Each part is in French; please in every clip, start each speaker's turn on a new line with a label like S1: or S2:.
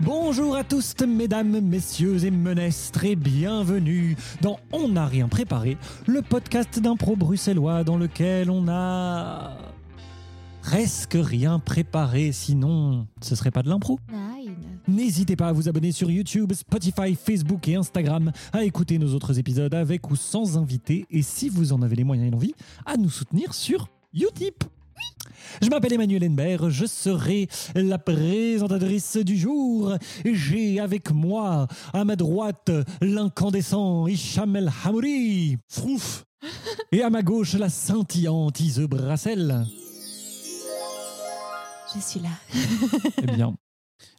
S1: Bonjour à tous, mesdames, messieurs et menestres, et bienvenue dans On n'a rien préparé, le podcast d'impro bruxellois dans lequel on a presque rien préparé, sinon ce serait pas de l'impro.
S2: Nein.
S1: N'hésitez pas à vous abonner sur YouTube, Spotify, Facebook et Instagram, à écouter nos autres épisodes avec ou sans invité, et si vous en avez les moyens et l'envie, à nous soutenir sur Utip. Je m'appelle Emmanuel Henbert, je serai la présentatrice du jour. J'ai avec moi, à ma droite, l'incandescent Hicham El Hamouri, Frouf, et à ma gauche, la scintillante Ise Brassel.
S2: Je suis là.
S1: Eh bien,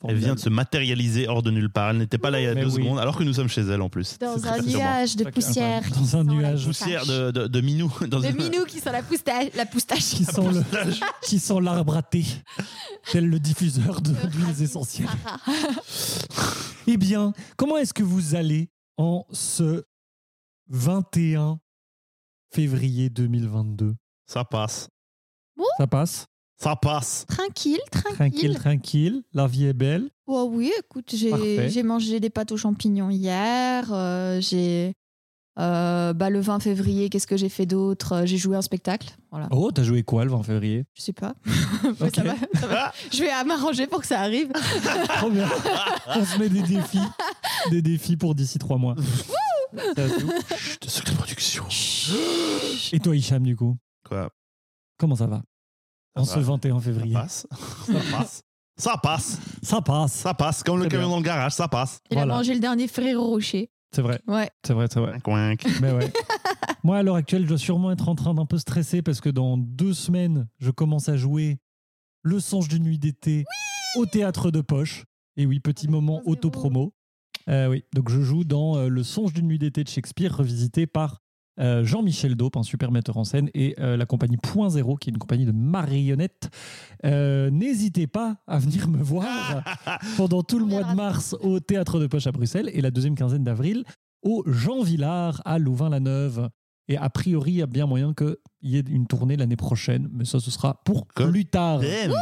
S3: Elle vient de se matérialiser hors de nulle part. Elle n'était pas là il y a
S1: Mais
S3: deux
S1: oui.
S3: secondes, alors que nous sommes chez elle en plus.
S2: Dans
S3: C'est
S2: un
S3: très perturbant.
S2: nuage de
S1: Tac,
S2: poussière. qui
S1: dans un
S2: sent la
S1: nuage.
S2: poustache.
S3: Poussière de, de, de minou. Dans
S2: De
S3: un-
S2: minou qui sent la poustache. La poustache.
S1: qui sent le,
S3: Poustache.
S1: qui sent l'arbre à thé, tel le diffuseur de d'huiles essentielles.
S2: Ah, ah.
S1: Eh bien, comment est-ce que vous allez en ce 21 février 2022
S3: Ça passe.
S1: Ça passe
S3: Ça passe.
S2: Tranquille, tranquille.
S1: Tranquille, tranquille, la vie est belle.
S2: Oh oui, écoute,
S1: Parfait.
S2: j'ai j'ai mangé des pâtes aux champignons hier. euh, j'ai. euh, bah, le 20 février, qu'est-ce que j'ai fait d'autre Euh, J'ai joué un spectacle. Voilà,
S1: Oh, t'as joué quoi le 20 février
S2: je sais pas. Mais ça
S1: Ok.
S2: va, ça va. Je vais euh, m'arranger pour que ça arrive.
S1: Trop bien On se met des défis, des défis pour d'ici trois mois. Ça, c'est ouf.
S3: Chut, secret production.
S1: Et toi, Hicham, du coup,
S3: Quoi
S1: comment ça va
S3: Ça
S1: En
S3: va.
S1: ce 21
S3: Ça
S1: février
S3: passe. Ça passe. Ça passe.
S1: Ça passe
S3: Ça passe. Comme le
S1: Très
S3: camion
S1: bien.
S3: dans le garage, ça passe.
S2: Il
S1: Voilà.
S2: a mangé le dernier frérot rocher.
S1: C'est vrai,
S2: Ouais.
S1: c'est vrai, c'est vrai.
S3: Coinc, coinc.
S1: Mais ouais. Moi, à l'heure actuelle, je dois sûrement être en train d'un peu stresser parce que dans deux semaines, je commence à jouer Le songe d'une nuit d'été au théâtre de poche. Et oui, petit
S2: Avec
S1: moment
S2: 1-0.
S1: auto-promo. Euh, oui, donc je joue dans euh, Le songe d'une nuit d'été de Shakespeare, revisité par euh, Jean-Michel Daupe, un super metteur en scène, et euh, la compagnie Point Zéro, qui est une compagnie de marionnettes. Euh, N'hésitez pas à venir me voir pendant tout le
S2: On
S1: mois de
S2: viendra.
S1: mars au Théâtre de Poche à Bruxelles et la deuxième quinzaine d'avril au Jean Villard à Louvain-la-Neuve. Et a priori, il y a bien moyen qu'il y ait une tournée l'année prochaine, mais ça, ce sera pour
S3: Comme
S1: plus tard.
S3: Damn.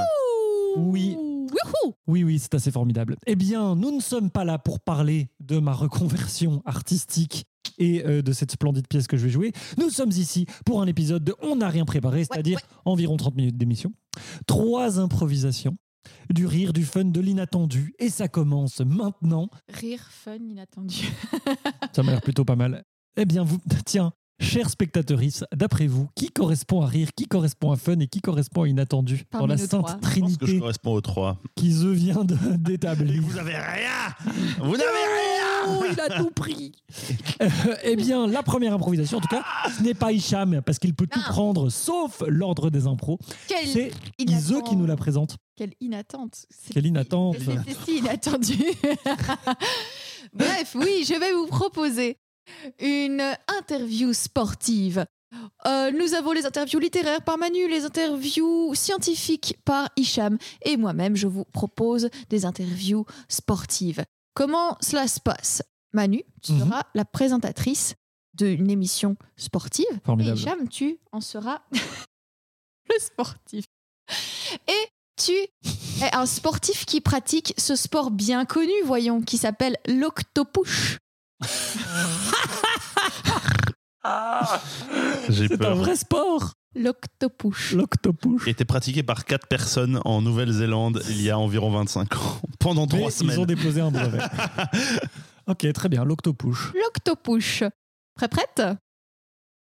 S1: Oui.
S2: Wouhou
S1: Oui, oui, c'est assez formidable. Eh bien, nous ne sommes pas là pour parler de ma reconversion artistique et euh, de cette splendide pièce que je vais jouer. Nous sommes ici pour un épisode de On n'a rien préparé, c'est-à-dire environ 30 minutes d'émission, trois improvisations, du rire, du fun, de l'inattendu, et ça commence maintenant.
S2: Rire fun inattendu.
S1: Ça m'a l'air plutôt pas mal. Eh bien, vous, tiens, chers spectateurs, d'après vous, qui correspond à rire, qui correspond à fun et qui correspond à inattendu
S2: Parmi
S1: dans la
S2: nous
S1: sainte
S3: Je
S2: trois.
S3: pense que je
S1: trinité
S3: correspond aux trois.
S1: qui se vient de-
S3: Et
S1: d'établir
S3: vous avez rien Vous n'avez rien
S1: Oh, il a tout pris Euh, Eh bien, la première improvisation, en tout cas, ce n'est pas Hicham, parce qu'il peut tout
S2: Non.
S1: prendre, sauf l'ordre des impros.
S2: Quel
S1: C'est Iso qui nous la présente.
S2: Quelle inattente. C'est-
S1: Quelle inattente.
S2: C'était si inattendu. Bref, oui, je vais vous proposer une interview sportive. Euh, nous avons les interviews littéraires par Manu, les interviews scientifiques par Hicham et moi-même, je vous propose des interviews sportives. Comment cela se passe Manu, tu
S1: Mhm.
S2: seras la présentatrice d'une émission sportive
S1: Formidable.
S2: et Hicham, tu en seras le sportif. Et tu es un sportif qui pratique ce sport bien connu, voyons, qui s'appelle l'octopouche.
S3: Ah, J'ai
S1: C'est un
S3: peur.
S1: vrai sport,
S2: L'octopouche.
S1: l'octopouche.
S3: Qui a été pratiqué par quatre personnes en Nouvelle-Zélande il y a environ 25 ans. Pendant
S1: Mais
S3: trois
S1: ils ont
S3: semaines.
S1: déposé un brevet. ok, très bien, l'octopouche.
S2: L'octopouche. Prêt, prête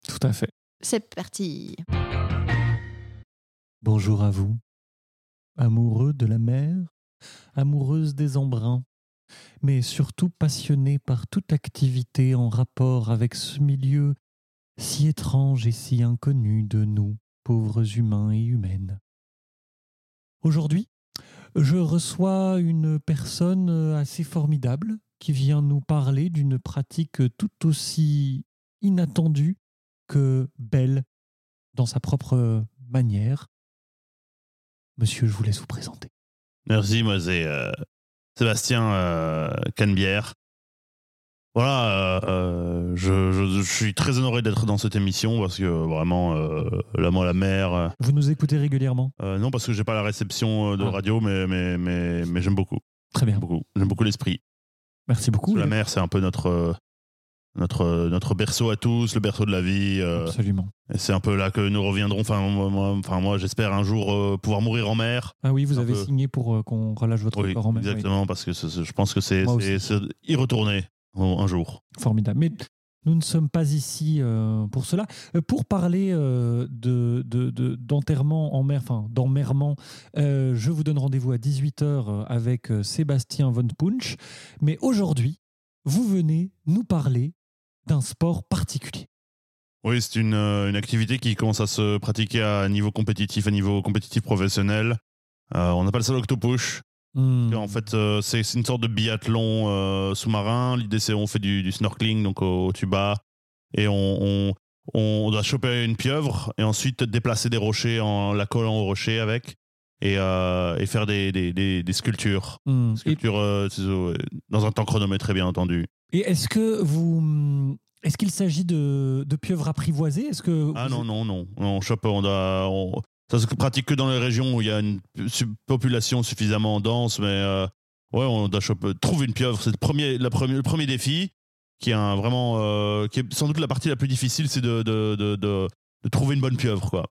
S1: Tout à fait.
S2: C'est parti.
S1: Bonjour à vous. Amoureux de la mer, amoureuse des embruns, mais surtout passionné par toute activité en rapport avec ce milieu si étrange et si inconnu de nous, pauvres humains et humaines. Aujourd'hui, je reçois une personne assez formidable qui vient nous parler d'une pratique tout aussi inattendue que belle dans sa propre manière. Monsieur, je vous laisse vous présenter.
S3: Merci, moi c'est euh, Sébastien euh, Canebière. Voilà, euh, euh, je, je- je suis très honoré d'être dans cette émission parce que euh, vraiment, euh, la moi la mer. euh,
S1: Vous nous écoutez régulièrement
S3: euh, non, parce que j'ai pas la réception euh, de
S1: Ah.
S3: radio, mais, mais, mais, mais j'aime beaucoup.
S1: Très bien.
S3: J'aime beaucoup. J'aime beaucoup l'esprit.
S1: Merci beaucoup.
S3: La mer, c'est un peu notre, euh, notre, euh, notre berceau à tous, le berceau de la vie. euh,
S1: Absolument.
S3: et c'est un peu là que nous reviendrons. Enfin, moi, moi- enfin, moi j'espère un jour euh, pouvoir mourir en mer.
S1: Ah oui, vous
S3: un
S1: avez
S3: peu-
S1: signé pour euh, qu'on relâche votre
S3: Oui,
S1: corps en mer. oui.
S3: exactement, parce que c'est- c'est- je pense que c'est
S1: Moi
S3: c'est-
S1: aussi.
S3: c'est y retourner un un jour.
S1: Formidable. Mais nous ne sommes pas ici euh, pour cela. Euh, Pour parler euh, de, de- de- d'enterrement en mer, enfin d'emmerrement, euh, je vous donne rendez-vous à 18h avec euh, Sébastien Von Punch. Mais aujourd'hui, vous venez nous parler d'un sport particulier.
S3: Oui, c'est une, euh, une activité qui commence à se pratiquer à niveau compétitif, à niveau compétitif professionnel. Euh, on appelle ça l'octopush.
S1: Hmm.
S3: En fait, euh, c'est c'est une sorte de biathlon euh, sous-marin. L'idée, c'est on fait du, du snorkeling, donc au, au tuba, et on, on, on doit choper une pieuvre et ensuite déplacer des rochers en la collant au rocher avec et, euh, et faire des, des, des, des sculptures.
S1: Hmm. Et,
S3: Sculptures euh, c'est- euh, dans un temps chronométré, bien entendu.
S1: et est-ce que vous. hmm, Est-ce qu'il s'agit de, de pieuvres apprivoisées Est-ce que
S3: Ah
S1: vous-
S3: non, non, non. Non, On chope, on doit. on- Ça se pratique que dans les régions où il y a une su- population suffisamment dense, mais euh, ouais, on doit choper. Trouve une pieuvre, c'est le premier, la première- le premier défi, qui est un vraiment. euh, qui est sans doute la partie la plus difficile, c'est de, de, de, de- de trouver une bonne pieuvre, quoi.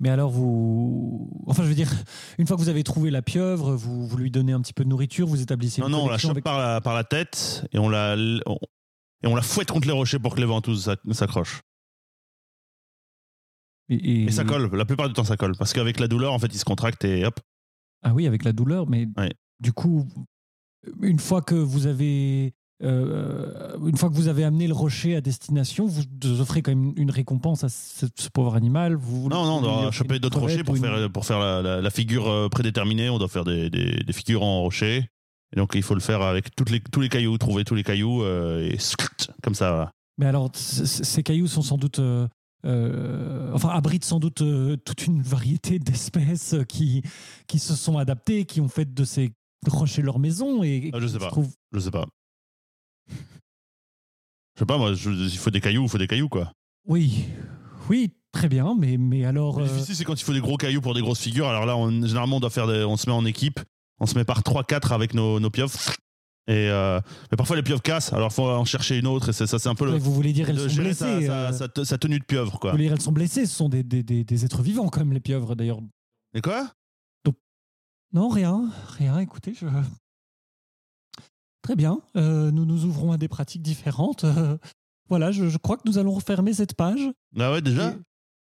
S1: Mais alors vous, enfin je veux dire, une fois que vous avez trouvé la pieuvre, vous, vous lui donnez un petit peu de nourriture, vous établissez
S3: non,
S1: une
S3: non, on la
S1: connexion
S3: chope
S1: avec-
S3: par, la, par la tête et on la. on- et on la fouette contre les rochers pour que les ventouses s'ac- s'accrochent.
S1: et,
S3: Et
S1: Mmh.
S3: ça colle, la plupart du temps ça colle. Parce qu'avec la douleur, en fait, ils se contractent et hop.
S1: Ah oui, avec la douleur, mais
S3: Ouais.
S1: du coup, une fois que vous avez, euh, une fois que vous avez amené le rocher à destination, vous offrez quand même une récompense à ce, ce pauvre animal. Vous,
S3: Non, non, on
S1: vous lui
S3: doit
S1: offrez
S3: choper
S1: une
S3: d'autres rochers
S1: crevette
S3: pour
S1: ou une-
S3: faire, pour faire la, la- la figure euh, prédéterminée. On doit faire des, des- des figures en rocher. Et donc, il faut le faire avec toutes les, tous les cailloux, trouver tous les cailloux euh, et scut, comme ça.
S1: Mais alors, c- c- ces cailloux sont sans doute. euh, euh, enfin, abritent sans doute euh, toute une variété d'espèces euh, qui, qui se sont adaptées, qui ont fait de ces rochers leur maison. Et, et
S3: Ah, je
S1: qui
S3: sais
S1: se
S3: pas.
S1: trouvent-
S3: Je sais pas. Je sais pas, moi, je- il faut des cailloux, il faut des cailloux, quoi.
S1: Oui, oui, très bien, mais, mais alors.
S3: Le
S1: euh,
S3: difficile, c'est quand il faut des gros cailloux pour des grosses figures. Alors là, on- généralement, on, doit faire des- on se met en équipe. On se met par 3-4 avec nos, nos pieuvres. Et, euh, mais parfois, les pieuvres cassent. Alors, il faut en chercher une autre. Et c'est- ça, c'est un peu le.
S1: vous voulez dire elles
S3: de
S1: sont
S3: gérer
S1: blessées
S3: sa,
S1: euh,
S3: sa- sa- sa tenue de pieuvre,
S1: Vous
S3: quoi.
S1: voulez dire elles sont blessées Ce sont des, des, des, des êtres vivants, comme les pieuvres d'ailleurs.
S3: Et quoi
S1: Non, rien, rien, écoutez, je. Très bien, euh, nous nous ouvrons à des pratiques différentes. euh, voilà, je, je crois que nous allons refermer cette page.
S3: Ah ouais, déjà
S1: Et-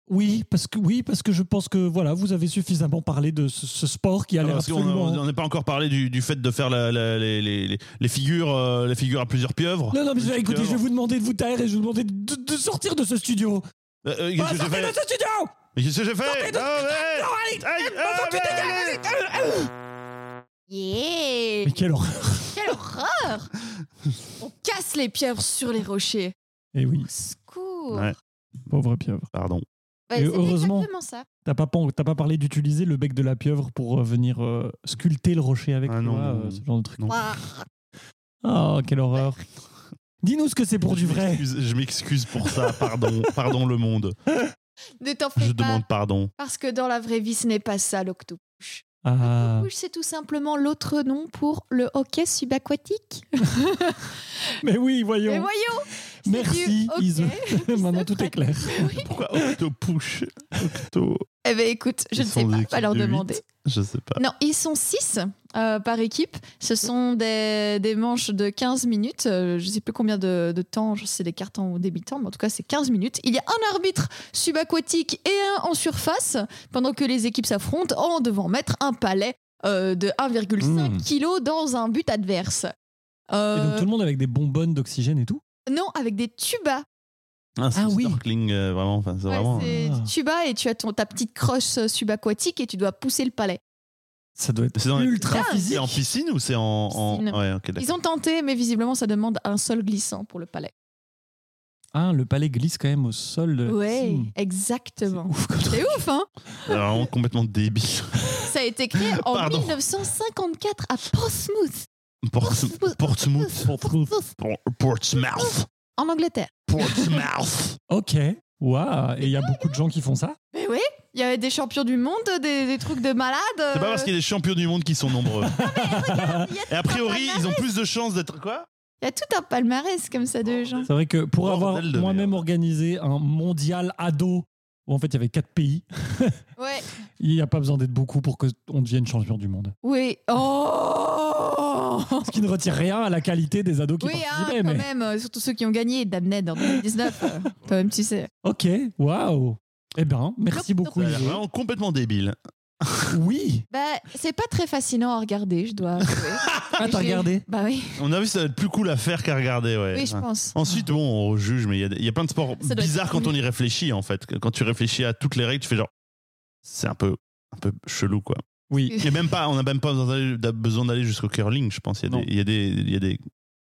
S1: Oui, parce que oui, parce que je pense que voilà, vous avez suffisamment parlé de ce, ce sport qui a
S3: Ah,
S1: l'air
S3: parce qu'on a-
S1: absolument.
S3: on n'a pas encore parlé du, du fait de faire la- la- les, les- les- les figures, euh, les figures à plusieurs pieuvres.
S1: Non, non, mais je-
S3: Plusieurs
S1: écoutez, je vais
S3: pieuvres.
S1: vous demander de vous taire et je vais vous demander de, de sortir de ce studio.
S3: Euh, euh,
S1: Ah,
S3: Qu'est-ce que j'ai
S1: sortez de
S3: fait
S1: ce studio
S3: Mais Qu'est-ce que j'ai fait
S1: Sortez de-
S3: Ah ouais
S1: Non, allez
S3: Aïe, ah,
S1: sortez,
S3: mais-
S2: Yeah
S1: Mais quelle horreur
S2: Quelle horreur On casse les pieuvres sur les rochers.
S1: Eh oui,
S2: Au secours
S3: Ouais,
S1: pauvre pieuvre.
S3: Pardon.
S2: Ouais,
S1: Et
S2: c'était
S1: heureusement-
S2: exactement ça.
S1: T'as pas, pen- t'as pas parlé d'utiliser le bec de la pieuvre pour euh, venir euh, sculpter le rocher avec
S3: Ah
S1: tu
S3: non,
S1: vois,
S3: non, non.
S1: ce genre de truc.
S3: Non.
S2: Ouah.
S1: Oh, quelle horreur. Dis-nous ce que c'est pour
S3: Je
S1: du vrai.
S3: m'excuse- Je m'excuse pour ça, pardon. pardon le monde.
S2: Ne t'en fais
S3: Je
S2: pas,
S3: demande pardon.
S2: parce que dans la vraie vie, ce n'est pas ça l'octopouche.
S1: Ah,
S2: L'octopouche, c'est tout simplement l'autre nom pour le hockey subaquatique.
S1: mais oui,
S2: Mais
S1: voyons.
S2: voyons c'est
S1: Merci,
S2: du hockey.
S1: Ise. Maintenant, tout
S2: prête.
S1: est clair.
S3: Pourquoi Octo push Octo.
S2: Eh ben écoute, je
S3: Ils
S2: ne
S3: sont
S2: sais
S3: des
S2: pas,
S3: équipes
S2: va leur
S3: de huit.
S2: demander.
S3: Je sais pas.
S2: Non, ils sont 6 par équipe. Ce sont des, des manches de 15 minutes. Euh, je ne sais plus combien de, de temps, je sais des cartons ou débutants, mais en tout cas, c'est 15 minutes. Il y a un arbitre subaquatique et un en surface, pendant que les équipes s'affrontent en devant mettre un palet euh, de 1,5
S1: Mmh.
S2: kg dans un but adverse. Euh,
S1: Et donc, tout le monde avec des bonbonnes d'oxygène et tout.
S2: non, avec des tubas.
S3: Ah, c'est
S1: Ah
S3: du
S1: oui.
S3: snorkeling, euh, vraiment. Enfin, c'est
S2: Ouais,
S3: vraiment.
S2: c'est
S1: Ah.
S2: du tuba et tu as ton, ta petite crosse euh, subaquatique et tu dois pousser le palet.
S1: Ça doit être
S3: euh, C'est dans les-
S1: ultra
S2: Ah,
S1: physique.
S3: C'est en piscine ou c'est en. en-
S2: Piscine.
S3: Ouais, ok, d'accord.
S2: Ils ont tenté, mais visiblement, ça demande un sol glissant pour le palet.
S1: Ah, le palais glisse quand même au sol de la
S2: Ouais,
S1: piscine. C'est
S2: exactement.
S1: ouf, comme
S2: C'est ouf, hein
S3: Alors, vraiment complètement débile.
S2: Ça a été créé en
S3: Pardon.
S2: 1954 à Portsmouth,
S3: Portsmouth. Portsmouth. Portsmouth.
S2: en Angleterre.
S3: Portsmouth.
S1: Ok. Waouh. Et il y a beaucoup de gens qui font ça.
S2: Mais oui Il y avait des champions du monde, des, des trucs de malades. euh,
S3: C'est pas parce qu'il y a des champions du monde qui sont nombreux.
S2: il y a
S3: Et a priori,
S2: palmarès.
S3: ils ont plus de chances d'être. Quoi
S2: Il y a tout un palmarès comme ça de gens.
S1: C'est vrai que pour
S3: Oh, Bordel
S1: avoir
S3: de merde.
S1: moi-même organisé un mondial ado, où en fait il y avait quatre pays,
S2: Ouais.
S1: il n'y a pas besoin d'être beaucoup pour qu'on devienne champion du monde.
S2: Oui. Oh
S1: Ce qui ne retire rien à la qualité des ados qui
S2: Oui, hein,
S1: participaient.
S2: quand
S1: mais-
S2: même, euh, surtout ceux qui ont gagné Damned en 2019. euh, Toi-même, tu sais.
S1: Ok, waouh. Eh bien, merci
S2: Nope,
S1: beaucoup.
S3: Ça a l'air
S1: Iso.
S3: vraiment complètement débile.
S1: Oui.
S2: Bah, c'est pas très fascinant à regarder, je dois avouer.
S1: Ah,
S2: J'ai-
S1: t'as regardé
S2: Bah oui,
S3: On a vu, ça va être plus cool à faire qu'à regarder, ouais.
S2: oui, je
S3: Ouais.
S2: pense.
S3: Ensuite, bon, on juge, mais il y a des- il y, a plein de sports
S2: Ça doit être
S3: bizarres quand on y réfléchit, en fait. Quand tu réfléchis à toutes les règles, tu fais genre. C'est un peu, un peu chelou, quoi.
S1: Oui.
S3: Et même pas, on n'a même pas besoin d'aller- d'a- besoin d'aller jusqu'au curling, je pense. Il y, a
S1: Non.
S3: des- il y, a des- il y a des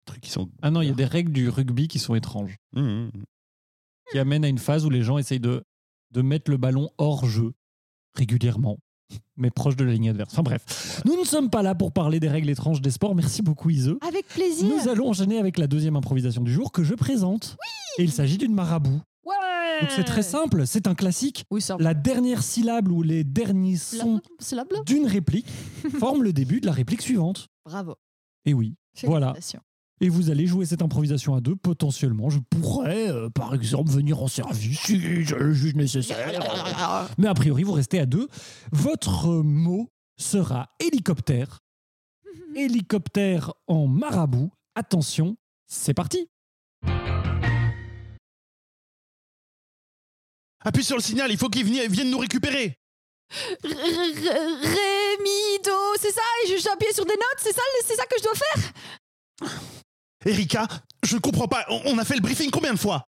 S3: trucs qui sont.
S1: Ah non, il y a des règles du rugby qui sont étranges,
S3: Hum, hum.
S1: qui amènent à une phase où les gens essayent de, de mettre le ballon hors jeu régulièrement, mais proche de la ligne adverse. Enfin bref, nous ne sommes pas là pour parler des règles étranges des sports. Merci beaucoup, Iseu.
S2: Avec plaisir.
S1: Nous allons enchaîner avec la deuxième improvisation du jour que je présente. Et il s'agit d'une marabout.
S2: Ouais.
S1: Donc c'est très simple, c'est un classique.
S2: Oui, simple.
S1: La dernière syllabe ou les derniers sons
S2: C'est la blague.
S1: d'une réplique forment le début de la réplique suivante.
S2: Bravo.
S1: Et oui. Voilà.
S2: Félicitations.
S1: Et vous allez jouer cette improvisation à deux, potentiellement. Je pourrais, euh, par exemple, venir en service si je le juge nécessaire. Mais a priori, vous restez à deux. Votre euh, mot sera hélicoptère. Hélicoptère en marabout. Attention, c'est parti.
S3: Appuie sur le signal, il faut qu'ils veni- viennent nous récupérer.
S2: R- r- r- Rémi, do, c'est ça Je suis appuyé sur des notes, c'est ça, c'est ça que je dois faire
S3: Erika, je ne comprends pas. On, on a fait le briefing combien de fois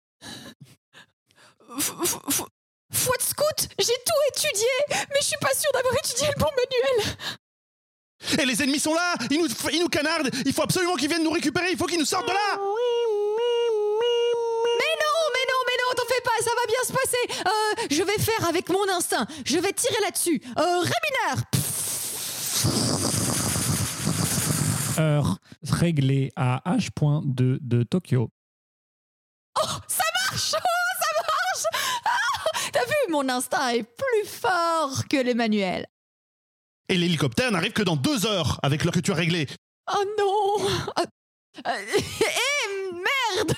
S2: F- f- f- Fois de scout, j'ai tout étudié, mais je suis pas sûre d'avoir étudié le bon manuel.
S3: Et les ennemis sont là, ils nous, f- ils nous canardent. Il faut absolument qu'ils viennent nous récupérer. Il faut qu'ils nous sortent de là.
S2: Mais non, mais non, mais non, t'en fais pas, ça va bien se passer. Euh, je vais faire avec mon instinct, je vais tirer là-dessus. Euh, Réminard
S1: Heure réglée à H.2 de Tokyo.
S2: Ça marche, oh, ça marche Ah, T'as vu, mon instinct est plus fort que les manuels.
S3: Et l'hélicoptère n'arrive que dans deux heures avec l'heure que tu as réglée.
S2: Oh non Euh, euh, Eh merde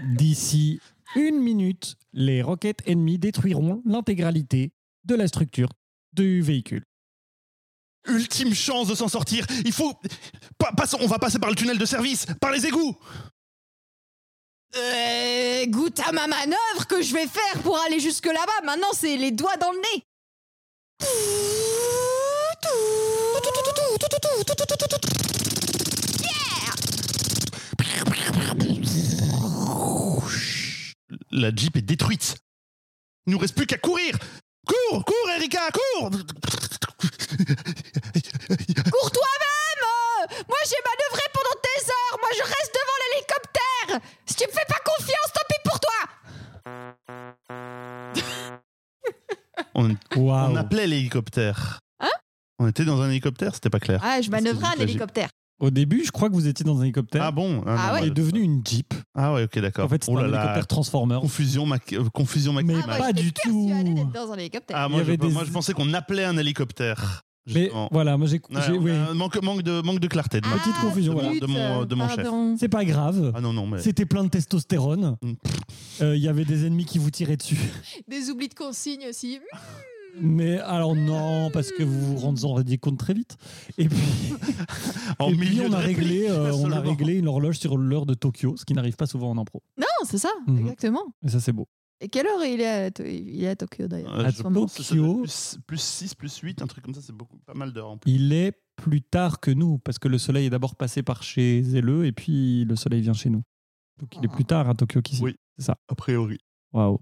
S1: D'ici une minute, les roquettes ennemies détruiront l'intégralité de la structure du véhicule.
S3: Ultime chance de s'en sortir. Il faut. Pa- passons, on va passer par le tunnel de service, par les égouts.
S2: Euh, Goûte à ma manœuvre que je vais faire pour aller jusque là-bas. Maintenant, c'est les doigts dans le nez.
S3: La Jeep est détruite. Il nous reste plus qu'à courir. Cours, cours, Erika, cours.
S2: Cours toi-même euh. Moi, j'ai manœuvré pendant des heures. Moi, je reste devant l'hélicoptère. Si tu me fais pas confiance, tant pis pour toi.
S3: On, on
S1: Waouh.
S3: appelait l'hélicoptère. On était dans un hélicoptère, c'était pas clair.
S2: Ah, je
S3: manœuvrais un
S2: hélicoptère.
S1: Au début, je crois que vous étiez dans un hélicoptère.
S3: Ah bon
S2: Ah
S3: non,
S1: Elle
S2: ouais.
S1: Hein est devenue une Jeep.
S3: Ah ouais, ok, d'accord.
S1: En fait, c'était
S3: oh là
S1: un
S3: là,
S1: hélicoptère Transformer.
S3: Confusion, ma... euh, confusion ma-
S1: Mais
S2: Ah,
S3: ma-
S2: bah,
S1: pas
S2: j'étais
S1: du tout.
S2: persuadée d'être dans un hélicoptère.
S3: Ah,
S1: Il y
S3: moi, je,
S1: avait des-
S3: moi, je pensais qu'on appelait un hélicoptère.
S1: Mais
S3: justement.
S1: voilà, moi j'ai.
S3: Ouais,
S1: j'ai-
S3: on
S1: oui.
S3: a- manque, manque de, manque de clarté. de ma-
S1: petite confusion,
S3: de mon-
S2: zut,
S3: de mon, de mon chef.
S2: Ah, pardon.
S1: C'est pas grave.
S3: Ah non, non, mais.
S1: C'était plein de testostérone. Euh,
S3: Mm.
S1: Il y avait des ennemis qui vous tiraient dessus.
S2: Des oublis de consignes aussi.
S1: Mais alors non, parce que vous vous rendez en rendez compte très vite. Et puis,
S3: En
S1: et puis,
S3: milieu
S1: on,
S3: de
S1: a
S3: réplique,
S1: réglé, euh, on a
S3: seulement.
S1: réglé une horloge sur l'heure de Tokyo, ce qui n'arrive pas souvent en impro.
S2: Non, c'est ça,
S1: Mhm.
S2: exactement.
S1: Et ça c'est beau.
S2: Et quelle heure il est à, To- il est à Tokyo d'ailleurs
S3: Euh,
S1: à
S3: je pense que ça doit
S1: Tokyo.
S3: être plus, plus 6, plus 8, un truc comme ça, c'est beaucoup, pas mal d'heures en plus.
S1: Il est plus tard que nous, parce que le soleil est d'abord passé par chez Zéleux, et puis le soleil vient chez nous. Donc il est plus tard à Tokyo qu'ici.
S3: Oui. A priori.
S1: Waouh.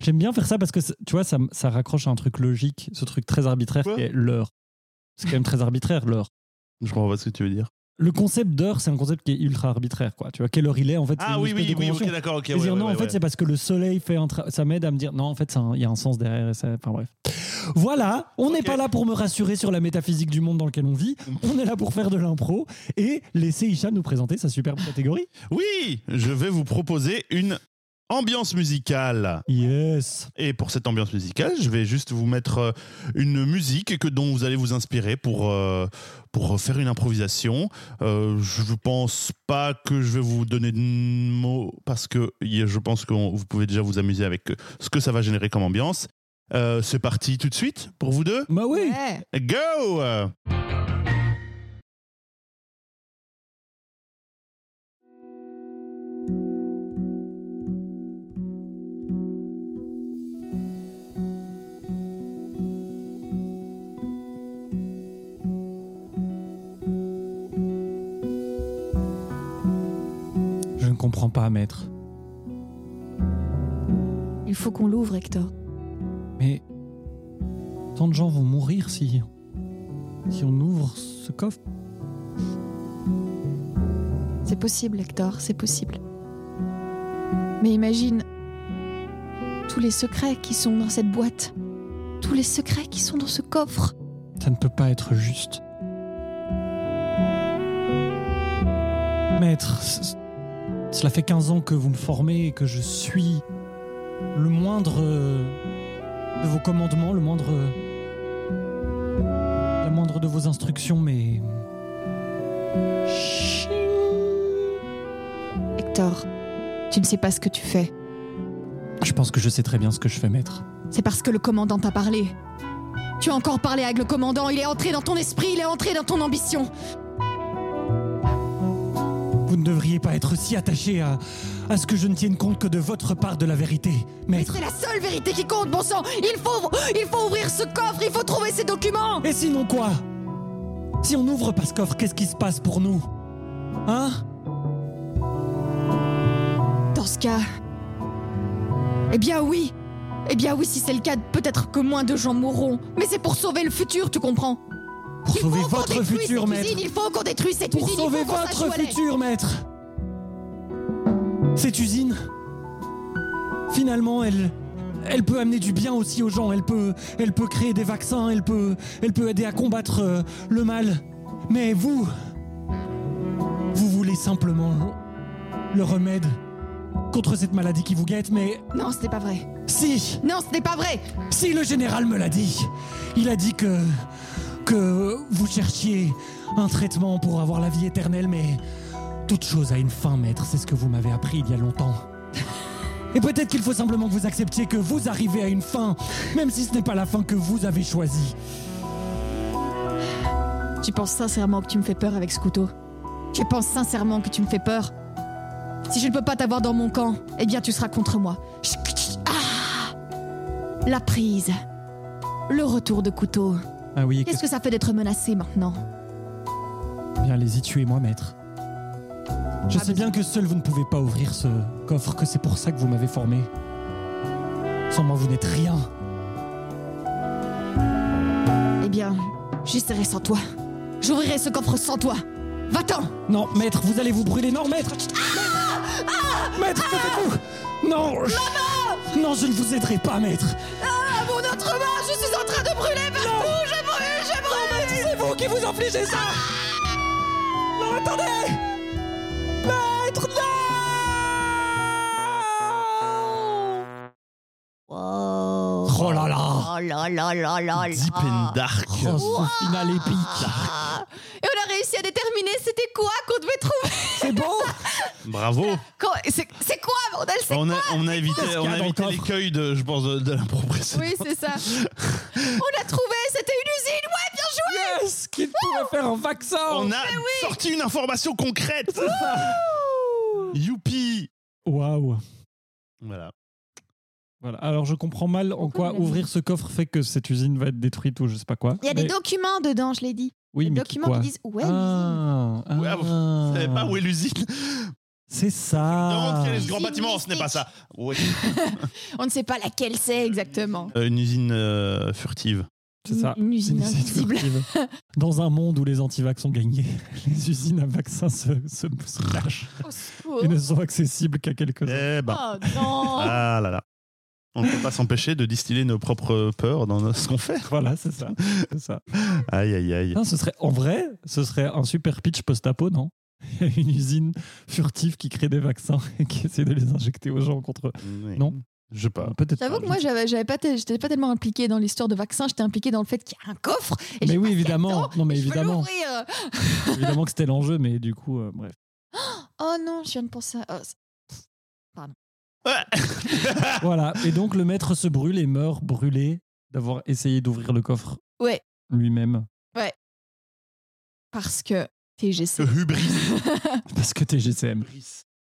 S1: J'aime bien faire ça parce que c'est- tu vois, ça, m- ça raccroche à un truc logique, ce truc très arbitraire
S3: Quoi
S1: qui est l'heure. C'est quand même très arbitraire l'heure.
S3: Je comprends pas ce que tu veux dire.
S1: Le concept d'heure, c'est un concept qui est ultra arbitraire, quoi. Tu vois, quelle heure il est en fait c'est
S3: Ah
S1: une
S3: oui,
S1: espèce
S3: oui,
S1: de
S3: oui,
S1: convention.
S3: ok, d'accord, ok.
S1: Et
S3: ouais,
S1: dire
S3: ouais,
S1: non, en
S3: ouais,
S1: fait, c'est parce que le soleil fait un tra- ça m'aide à me dire non, en fait, c'est un- il y a un sens derrière. et ça- Enfin bref. Voilà, on n'est
S3: Ok. Mm.
S1: pas là pour me rassurer sur la métaphysique du monde dans lequel on vit. On est là pour faire de l'impro et laisser Isha nous présenter sa superbe catégorie.
S3: ouais. Oui, je vais vous proposer une Ambiance musicale.
S1: Yes.
S3: Et pour cette ambiance musicale, je vais juste vous mettre euh, une musique que, dont vous allez vous inspirer pour, euh, pour faire une improvisation. Euh, je ne pense pas que je vais vous donner de mots parce que y- je pense que on- vous pouvez déjà vous amuser avec euh, ce que ça va générer comme ambiance. Euh, C'est parti tout de suite pour vous deux.
S1: Bah oui.
S2: Ouais.
S3: Go
S1: Je ne comprends pas, maître.
S2: Il faut qu'on l'ouvre, Hector.
S1: Mais tant de gens vont mourir si si on ouvre ce coffre.
S2: C'est possible, Hector, c'est possible. Mais imagine tous les secrets qui sont dans cette boîte, tous les secrets qui sont dans ce coffre.
S1: Ça ne peut pas être juste. Maître, c- c- cela fait 15 ans que vous me formez et que je suis le moindre euh, de vos commandements, le moindre euh, la moindre de vos instructions, mais
S2: Hector, tu ne sais pas ce que tu fais.
S1: je pense que je sais très bien ce que je fais, maître.
S2: C'est parce que le commandant t'a parlé. Tu as encore parlé avec le commandant, il est entré dans ton esprit, il est entré dans ton ambition.
S1: Vous ne devriez pas être si attaché à, à ce que je ne tienne compte que de votre part de la vérité,
S2: Mais
S1: maître.
S2: c'est la seule vérité qui compte, bon sang Il faut, il faut ouvrir ce coffre, il faut trouver ces documents
S1: Et sinon quoi Si on n'ouvre pas ce coffre, qu'est-ce qui se passe pour nous Hein
S2: Dans ce cas. Eh bien oui Eh bien oui, si c'est le cas, peut-être que moins de gens mourront. Mais c'est pour sauver le futur, tu comprends
S1: Pour
S2: Il
S1: sauver
S2: faut qu'on
S1: votre
S2: détruise
S1: futur,
S2: cette
S1: maître
S2: usine, Il faut qu'on détruise cette
S1: Pour
S2: usine il
S1: sauver
S2: faut qu'on sache où
S1: votre
S2: elle est.
S1: futur, maître Cette usine, finalement, elle. Elle peut amener du bien aussi aux gens, elle peut, elle peut créer des vaccins, elle peut, elle peut aider à combattre euh, le mal. Mais vous, vous voulez simplement le remède contre cette maladie qui vous guette, mais
S2: Non, ce n'est pas vrai.
S1: si,
S2: Non, ce n'est pas vrai
S1: Si le général me l'a dit, il a dit que que vous cherchiez un traitement pour avoir la vie éternelle, mais toute chose a une fin, maître. C'est ce que vous m'avez appris il y a longtemps. Et peut-être qu'il faut simplement que vous acceptiez que vous arrivez à une fin, même si ce n'est pas la fin que vous avez choisie.
S2: Tu penses sincèrement que tu me fais peur avec ce couteau Tu penses sincèrement que tu me fais peur Si je ne peux pas t'avoir dans mon camp, eh bien tu seras contre moi. Chut, chut, chut. Ah La prise. Le retour de couteau.
S1: Ah oui,
S2: Qu'est-ce que ça fait d'être menacé maintenant
S1: bien allez-y, tuez-moi, maître. Je
S2: Ah,
S1: sais
S2: mais-
S1: bien que seul vous ne pouvez pas ouvrir ce coffre, que c'est pour ça que vous m'avez formé. Sans moi, vous n'êtes rien.
S2: Eh bien, j'y serai sans toi. J'ouvrirai ce coffre sans toi. Va-t'en
S1: Non, maître, vous allez vous brûler. Non, maître Maître, que faites-vous Non je- Non, je ne vous aiderai pas, maître
S2: À mon autre main, je suis en train de brûler partout Je brûle, je brûle
S1: C'est vous qui vous infligez ça Non, attendez Maître, non Oh là là
S2: Oh là là là là là
S3: Deep and Dark.
S1: Oh, ce final épique
S2: Ah. Et on a réussi à déterminer c'était quoi qu'on devait trouver.
S1: C'est beau
S3: Bravo
S2: Quand- C'est c'est quoi, bordel c'est-
S3: on a, on a évité,
S1: Qu'est-ce qu'il y
S3: on
S1: a
S3: a
S1: dans le
S3: évité
S1: coffre
S3: l'écueil de, je pense, de, de l'impro
S1: Oh.
S3: précédente.
S2: Oui, c'est ça. on a trouvé, c'était une usine. Ouais, bien joué.
S1: Yes Qu'il pourrait faire un vaccin
S3: On a sorti une information concrète. Youpi
S1: Waouh
S3: Voilà.
S1: Voilà. Alors je comprends mal en
S2: Pourquoi
S1: quoi
S2: vous l'avez
S1: ouvrir ce coffre fait que cette usine va être détruite ou je sais pas quoi.
S2: Il y a des
S1: Mais-
S2: documents dedans, je l'ai dit.
S1: Oui,
S2: des
S1: mais
S2: documents
S1: qui,
S2: qui,
S1: quoi
S2: disent ouais, l'usine.
S1: Ah,
S3: Ouais,
S1: ah.
S3: vous Vous savez pas où est l'usine
S1: C'est ça.
S3: Non, quel est ce
S2: Usine
S3: grand bâtiment Ce n'est pas
S2: mystique.
S3: ça. Ouais.
S2: On ne sait pas laquelle c'est exactement.
S3: Euh, une usine euh, furtive.
S1: C'est ça.
S2: Une usine
S1: C'est une usine
S2: invisible.
S1: furtive. Dans un monde où les antivax ont gagné, les usines à vaccins se, se, se lâchent
S2: Au secours.
S1: et ne sont accessibles qu'à quelques-uns.
S3: Eh ben.
S2: Oh non.
S3: Ah là là. On ne peut pas s'empêcher de distiller nos propres peurs dans nos- ce qu'on fait.
S1: Voilà, c'est ça. C'est ça.
S3: Aïe, aïe, aïe.
S1: Non, ce serait, en vrai, ce serait un super pitch post-apo, non Il y a une usine furtive qui crée des vaccins et qui essaie de les injecter aux gens contre. Non.
S3: Je sais pas.
S1: Peut-être.
S2: J'avoue
S1: pas,
S2: que
S1: je
S2: moi,
S1: sais
S2: j'avais, j'avais pas, tel- j'étais pas tellement impliquée dans l'histoire de vaccin. J'étais impliquée dans le fait qu'il y a un coffre.
S1: pas.
S2: Et
S1: Mais
S2: j'ai
S1: oui,
S2: passé
S1: évidemment.
S2: dedans,
S1: Non, mais
S2: je veux
S1: évidemment,
S2: l'ouvrir.
S1: évidemment que c'était l'enjeu, mais du coup, euh, bref.
S2: Oh non, je viens de penser. à- oh, c'est-
S1: Voilà. Et donc, le maître se brûle et meurt brûlé d'avoir essayé d'ouvrir le coffre
S2: Ouais.
S1: lui-même.
S2: parce que TGC.
S3: Hubris.
S1: Parce que t'es GCM.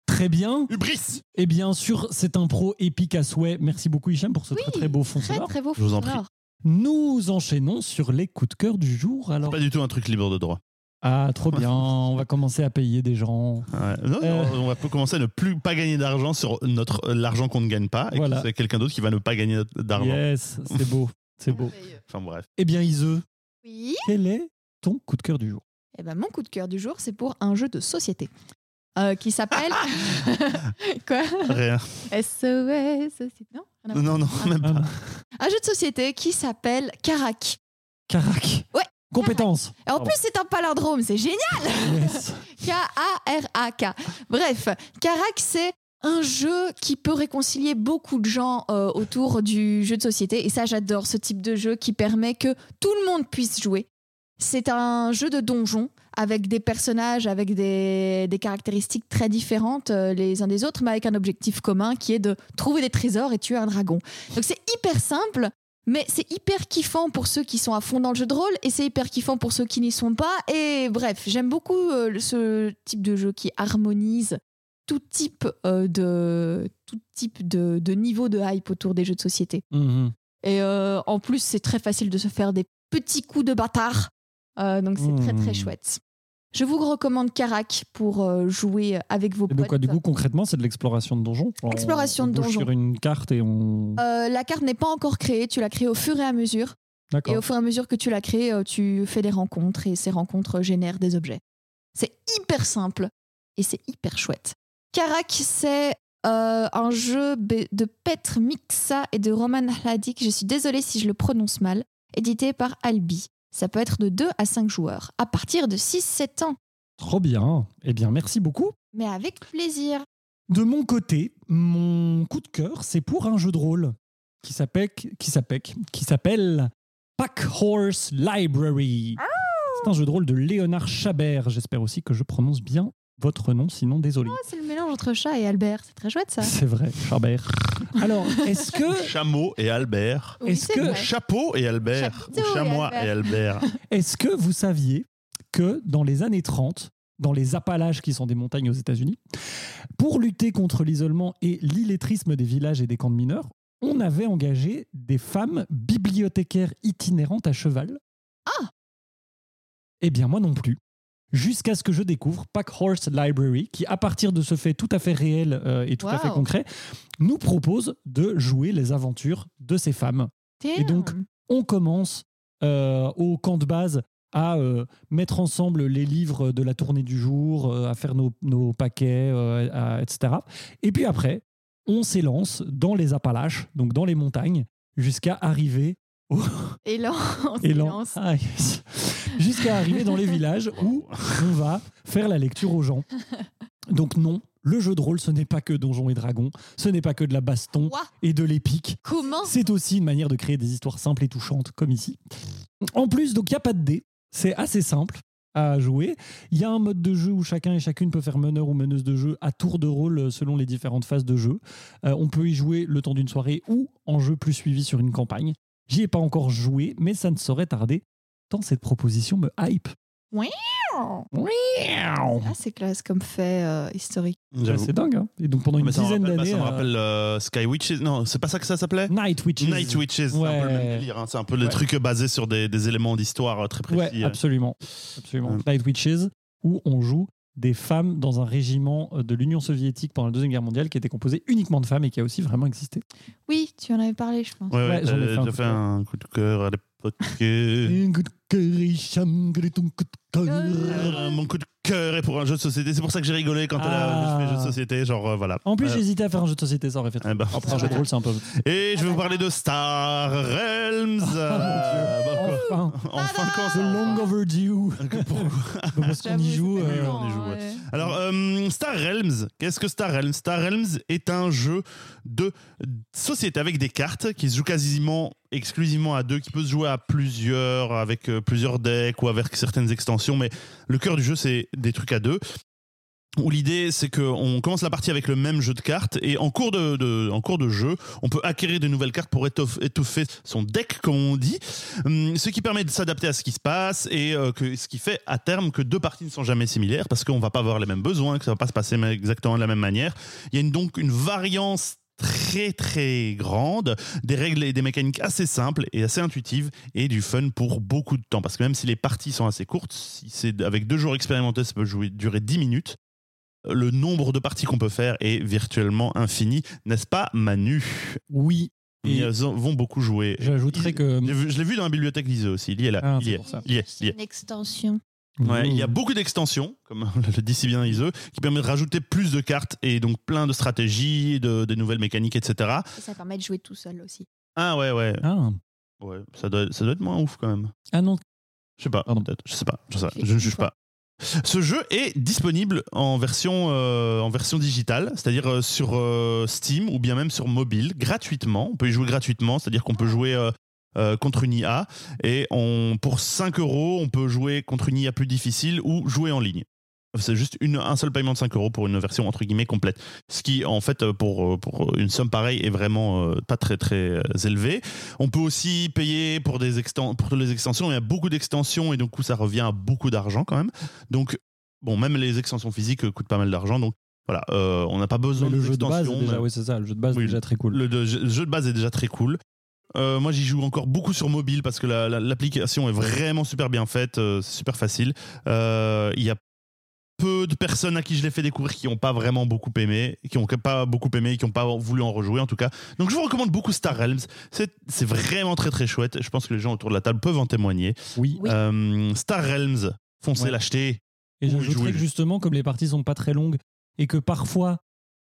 S1: Très bien.
S3: Hubris.
S1: Et bien sûr, c'est un pro épique à souhait. Merci beaucoup, Hicham, pour ce très très beau fond
S2: Très
S1: sonore.
S2: très beau.
S3: Je vous en
S2: fond sonore.
S1: Nous enchaînons sur les coups de cœur du jour. Alors,
S3: Pas du tout un truc libre de droit.
S1: ah, trop bien. On va commencer à payer des gens.
S3: Ouais. Non,
S1: Euh.
S3: non, On va peut commencer à ne plus pas gagner d'argent sur notre euh, l'argent qu'on ne gagne pas. Et
S1: Voilà.
S3: que c'est quelqu'un d'autre qui va ne pas gagner d'argent.
S1: Yes, c'est beau. C'est beau.
S3: Enfin bref.
S1: Eh bien, Iseu,
S2: Oui.
S1: quel est ton coup de cœur du jour
S2: Eh ben, mon coup de cœur du jour, c'est pour un jeu de société euh, qui s'appelle. Quoi
S3: Rien.
S2: SOS. société- Non, rien à voir.
S3: Non, non, même pas.
S2: Un jeu de société qui s'appelle Karak.
S1: Carac.
S2: Ouais,
S1: Compétence.
S2: Et en
S1: Pardon.
S2: plus, c'est un paladrome, c'est génial
S1: Yes.
S2: K-A-R-A-K. Bref, Karak, c'est un jeu qui peut réconcilier beaucoup de gens euh, autour du jeu de société. Et ça, j'adore ce type de jeu qui permet que tout le monde puisse jouer. C'est un jeu de donjon avec des personnages, avec des, des caractéristiques très différentes euh, les uns des autres, mais avec un objectif commun qui est de trouver des trésors et tuer un dragon. Donc c'est hyper simple, mais c'est hyper kiffant pour ceux qui sont à fond dans le jeu de rôle et c'est hyper kiffant pour ceux qui n'y sont pas. Et bref, j'aime beaucoup euh, le- ce type de jeu qui harmonise tout type euh, de tout type de, de niveau de hype autour des jeux de société.
S1: Mhm.
S2: Et euh, en plus, c'est très facile de se faire des petits coups de bâtard. Euh, donc c'est très
S1: Mmh.
S2: très chouette. Je vous recommande Karak pour euh, jouer avec vos
S1: Et
S2: potes.
S1: de quoi, du coup, concrètement, c'est de l'exploration de donjon On-
S2: Exploration
S1: on
S2: de
S1: bouge
S2: donjon.
S1: sur une carte et on.
S2: Euh, la carte n'est pas encore créée, tu la crées au fur et à mesure.
S1: D'accord.
S2: Et au fur et à mesure que tu la crées, euh, tu fais des rencontres et ces rencontres génèrent des objets. C'est hyper simple et c'est hyper chouette. Karak, c'est euh, un jeu b- de Petr Miksa et de Roman Hladik. Je suis désolée si je le prononce mal. Édité par Albi. Ça peut être de 2 à 5 joueurs, à partir de 6-7 ans.
S1: Trop bien. Eh bien, merci beaucoup.
S2: Mais avec plaisir. Ah,
S1: De mon côté, mon coup de cœur, c'est pour un jeu de rôle qui s'appelle qui s'appelle qui s'appelle Pack Horse Library.
S2: Ah.
S1: C'est un jeu de rôle de Léonard Chabert. J'espère aussi que je prononce bien votre nom, sinon désolé.
S2: Ah, C'est le mélange entre chat et Albert. C'est très chouette ça.
S1: C'est vrai, Chabert. Alors, est-ce que
S3: Chameau et Albert.
S2: Oui,
S1: Est-ce
S2: c'est
S1: que-
S2: vrai.
S3: Chapeau et Albert.
S2: Chapiteau
S3: Ou Chamois
S2: et
S3: et Albert.
S1: est-ce que vous saviez que dans les années 30, dans les Appalaches qui sont des montagnes aux États-Unis, pour lutter contre l'isolement et l'illettrisme des villages et des camps de mineurs, on avait engagé des femmes bibliothécaires itinérantes à cheval.
S2: Ah
S1: Eh bien, moi non plus. Jusqu'à ce que je découvre Pack Horse Library, qui, à partir de ce fait tout à fait réel euh, et tout à fait
S2: Wow.
S1: concret, nous propose de jouer les aventures de ces femmes
S2: Damn.
S1: donc, on commence euh, au camp de base à euh, mettre ensemble les livres de la tournée du jour, euh, à faire nos, nos paquets, euh, à- etc. Et puis après, on s'élance dans les Appalaches, donc dans les montagnes, jusqu'à arriver au
S2: Élan. on
S1: élan.
S2: s'élance.
S1: Ah, yes. Jusqu'à arriver dans les villages où on va faire la lecture aux gens. Donc non, le jeu de rôle, ce n'est pas que Donjons et Dragons, ce n'est pas que de la baston
S2: Ouah,
S1: et de l'épique.
S2: Comment
S1: C'est aussi une manière de créer des histoires simples et touchantes, comme ici. En plus, donc, il n'y a pas de dés. C'est assez simple à jouer. Il y a un mode de jeu où chacun et chacune peut faire meneur ou meneuse de jeu à tour de rôle euh, selon les différentes phases de jeu. Euh, on peut y jouer le temps d'une soirée ou en jeu plus suivi sur une campagne. J'y ai pas encore joué, mais ça ne saurait tarder tant cette proposition me hype.
S2: Ah, c'est classe comme fait euh, historique.
S1: Ouais,
S3: J'avoue.
S1: C'est dingue. hein. et donc pendant une
S3: Mais ça me
S1: dizaine
S3: rappelle, bah,
S1: d'années,
S3: ça me
S1: euh,
S3: rappelle euh, Sky Witches. Non, c'est pas ça que ça s'appelait
S1: Night Witches.
S3: Night Witches, c'est un peu le
S1: Ouais.
S3: même délire. hein. C'est un peu les
S1: Ouais.
S3: trucs basés sur des, des éléments d'histoire euh, très précis.
S1: Ouais,
S3: euh.
S1: absolument. absolument.
S3: Ouais.
S1: Night Witches, où on joue des femmes dans un régiment euh, de l'Union soviétique pendant la Deuxième Guerre mondiale qui était composé uniquement de femmes et qui a aussi vraiment existé.
S2: Oui, tu en avais parlé, je pense.
S3: Ouais, ouais,
S1: Ouais, j'en ai fait
S3: t'as-
S1: un
S3: t'as fait un
S1: coup de cœur.
S3: coup de cœur à l'époque. Euh,
S1: Un coup de cœur, Hicham, quel est ton coup de cœur
S2: Euh.
S3: Mon coup de cœur est pour un jeu de société. C'est pour ça que j'ai rigolé quand elle a
S1: Ah.
S3: fait jeu de société. Genre, euh, voilà.
S1: En plus,
S3: Euh,
S1: j'hésitais à faire un jeu de société, ça aurait fait.
S3: eh ben,
S1: Après, un jeu de rôle, c'est un peu.
S3: Et je vais vous parler de Star Realms. Euh, bah, quoi.
S1: Enfin,
S3: Enfin, quand
S1: The
S3: ça
S1: Long Overdue. Parce qu'on y joue.
S3: fait
S1: euh,
S3: longtemps. on y joue, ouais. Alors, euh, Star Realms, qu'est-ce que Star Realms Star Realms est un jeu de société avec des cartes qui se joue quasiment exclusivement à deux, qui peut se jouer à plusieurs, avec euh, plusieurs decks ou avec certaines extensions, mais le cœur du jeu, c'est des trucs à deux. Où l'idée, c'est qu'on commence la partie avec le même jeu de cartes, et en cours de, de- en cours de jeu, on peut acquérir de nouvelles cartes pour étoff- étoffer son deck, comme on dit, Hum, ce qui permet de s'adapter à ce qui se passe, et euh, que, ce qui fait à terme que deux parties ne sont jamais similaires, parce qu'on va pas avoir les mêmes besoins, que ça va pas se passer exactement de la même manière. Il y a une- donc une variance très très grande, des règles et des mécaniques assez simples et assez intuitives et du fun pour beaucoup de temps. Parce que même si les parties sont assez courtes, si c'est avec deux jours expérimentés, ça peut jouer, durer 10 minutes. Le nombre de parties qu'on peut faire est virtuellement infini, n'est-ce pas, Manu
S1: Oui.
S3: Ils
S1: Et
S3: vont beaucoup jouer.
S1: j'ajouterais que.
S3: J'ai vu- Je l'ai vu dans la bibliothèque d'Ise aussi. Il y est là.
S1: Ah,
S3: il y
S1: c'est
S3: est.
S1: pour Mmh. ça.
S3: Il y est, il y est.
S2: Une extension.
S3: Ouais, il y a beaucoup d'extensions, comme le dit si bien Ise, qui permettent de rajouter plus de cartes et donc plein de stratégies, de, des nouvelles mécaniques, etc.
S2: Et ça permet de jouer tout seul aussi.
S3: Ah ouais, ouais.
S1: Ah.
S3: ouais ça, doit, ça doit être moins ouf quand même.
S1: Ah non.
S3: Je sais pas,
S1: Pardon.
S3: peut-être. Je sais pas. Je, sais pas. Je ne juge pas. Ce jeu est disponible en version, euh, en version digitale, c'est-à-dire euh, sur euh, Steam ou bien même sur mobile, gratuitement. On peut y jouer gratuitement, c'est-à-dire qu'on peut jouer euh, euh, contre une IA et on, pour 5 euros, on peut jouer contre une IA plus difficile ou jouer en ligne. C'est juste une, un seul paiement de 5 euros pour une version entre guillemets complète. Ce qui, en fait, euh, pour, euh, pour une somme pareille, est vraiment euh, pas très très euh, élevé. On peut aussi payer pour, des exten- pour les extensions. Il y a beaucoup d'extensions et donc coup, ça revient à beaucoup d'argent quand même. Donc, bon, même les extensions physiques euh, coûtent pas mal d'argent. Donc, voilà, euh, on n'a pas besoin
S1: Mais le
S3: de
S1: jeu de base,
S3: extensions,
S1: déjà,
S3: mais-
S1: oui, c'est ça. Le jeu de base,
S3: Oui.
S1: déjà très cool.
S3: le, le jeu le jeu de base est déjà très cool. Euh, moi, j'y joue encore beaucoup sur mobile parce que la- la- l'application est vraiment super bien faite, euh, c'est super facile. Euh, Il y a peu de personnes à qui je l'ai fait découvrir qui n'ont pas vraiment beaucoup aimé, qui n'ont pas beaucoup aimé, qui n'ont pas voulu en rejouer en tout cas. Donc, je vous recommande beaucoup Star Realms. C'est c'est vraiment très très chouette. Je pense que les gens autour de la table peuvent en témoigner.
S1: Oui.
S2: Oui.
S3: Euh, Star Realms, foncez
S1: Ouais.
S3: l'acheter.
S1: Et
S3: Oui,
S1: j'ajouterais
S3: jouer.
S1: que justement, comme les parties sont pas très longues et que parfois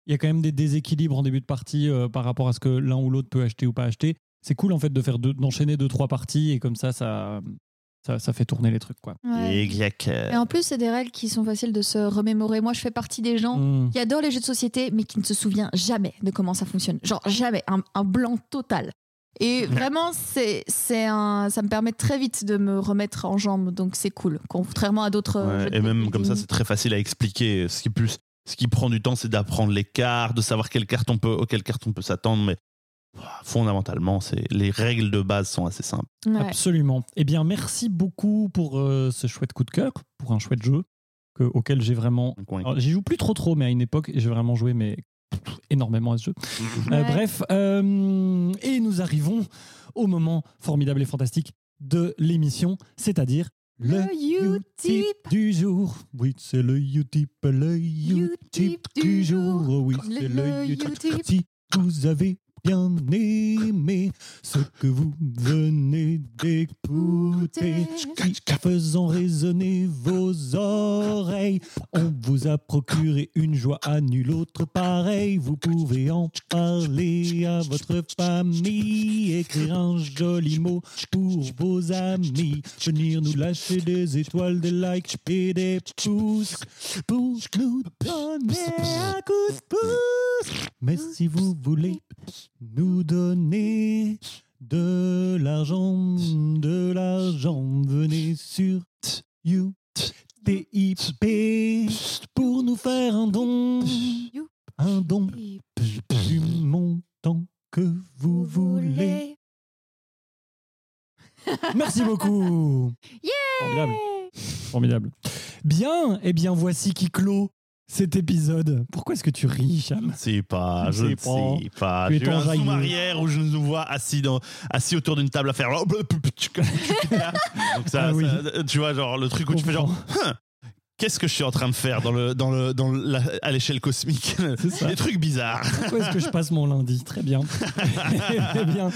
S1: il y a quand même des déséquilibres en début de partie euh, par rapport à ce que l'un ou l'autre peut acheter ou pas acheter, c'est cool en fait de faire deux- d'enchaîner deux trois parties et comme ça ça, ça ça fait tourner les trucs quoi.
S3: Exact.
S2: Et en plus, c'est des règles qui sont faciles de se remémorer. Moi, je fais partie des gens
S1: Hmm.
S2: qui adorent les jeux de société, mais qui ne se souvient jamais de comment ça fonctionne. Genre, jamais. Un, un blanc total. Et vraiment, c'est, c'est un, ça me permet très vite de me remettre en jambes, donc c'est cool. Contrairement à d'autres. euh,
S3: Ouais,
S2: jeux de
S3: et même comme ça,
S2: building.
S3: c'est très facile à expliquer. Ce qui, est plus, ce qui prend du temps, c'est d'apprendre les cartes, de savoir quelle carte on peut, auquel carte on peut s'attendre. Mais ouah, fondamentalement, c'est les règles de base sont assez simples.
S2: Ouais.
S1: Absolument. Eh bien, merci beaucoup pour euh, ce chouette coup de cœur, pour un chouette jeu que- auquel j'ai vraiment.
S3: Donc, on est-
S1: Alors, J'y joue plus trop trop, mais à une époque, j'ai vraiment joué mais pff, énormément à ce jeu. Euh,
S2: Ouais.
S1: bref, euh, et nous arrivons au moment formidable et fantastique de l'émission, c'est-à-dire le
S2: Le
S1: Utip
S2: Utip.
S1: du jour. Oui, c'est le Utip, le Utip du jour. Oui,
S2: Le-
S1: c'est
S2: le
S1: le
S2: Utip.
S1: Utip. Si vous avez bien aimé ce que vous venez d'écouter, faisant résonner vos oreilles, on vous a procuré une joie à nul autre pareil. Vous pouvez en parler à votre famille, écrire un joli mot pour vos amis, venir nous lâcher des étoiles, des likes et des pouces pour nous donner un pouce Mais si vous voulez nous donner de l'argent, de l'argent, venez sur you. TIP pour nous faire un don, un don du montant que vous voulez. Merci beaucoup.
S2: Yeah
S1: Formidable, formidable. Bien, et bien voici qui clôt cet épisode. Pourquoi est-ce que tu ris, Cham
S3: C'est pas, je
S1: C'est
S3: ne
S1: pas-
S3: sais pas.
S1: tu es
S3: J'ai eu un
S1: enjaillé.
S3: zoom arrière où je nous vois assis, dans, assis autour d'une table à faire. oh, Donc ça,
S1: Ah oui.
S3: ça, tu vois, genre le truc où tu fais genre. Hein, Qu'est-ce que je suis en train de faire dans le, dans le, dans la- à l'échelle cosmique
S1: C'est ça.
S3: Des trucs bizarres.
S1: Pourquoi est-ce que je passe mon lundi Très bien. Très bien.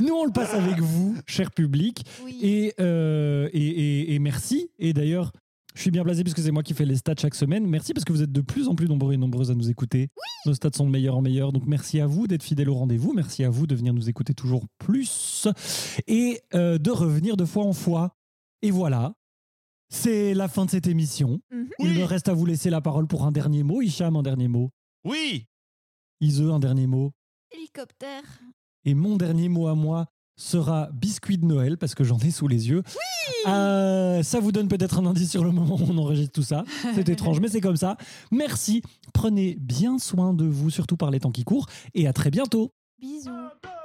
S1: Nous, on le passe avec vous, cher public.
S2: Oui.
S1: Et, euh, et, et- et merci. Et d'ailleurs, Je suis bien blasé puisque c'est moi qui fais les stats chaque semaine. Merci parce que vous êtes de plus en plus nombreux et nombreuses à nous écouter. Nos stats sont de meilleurs en meilleurs. Donc merci à vous d'être fidèles au rendez-vous. Merci à vous de venir nous écouter toujours plus et euh, de revenir de fois en fois. Et voilà. C'est la fin de cette émission.
S2: Mhm.
S1: Il
S3: Oui.
S1: me reste à vous laisser la parole pour un dernier mot. Hicham, un dernier mot.
S3: Oui
S1: Ise, un dernier mot.
S2: Hélicoptère.
S1: Et mon dernier mot à moi sera biscuit de Noël, parce que j'en ai sous les yeux. Euh, ça vous donne peut-être un indice sur le moment où on enregistre tout ça. C'est étrange, mais c'est comme ça. Merci. Prenez bien soin de vous, surtout par les temps qui courent. Et à très bientôt.
S2: Bisous.
S3: Un, deux,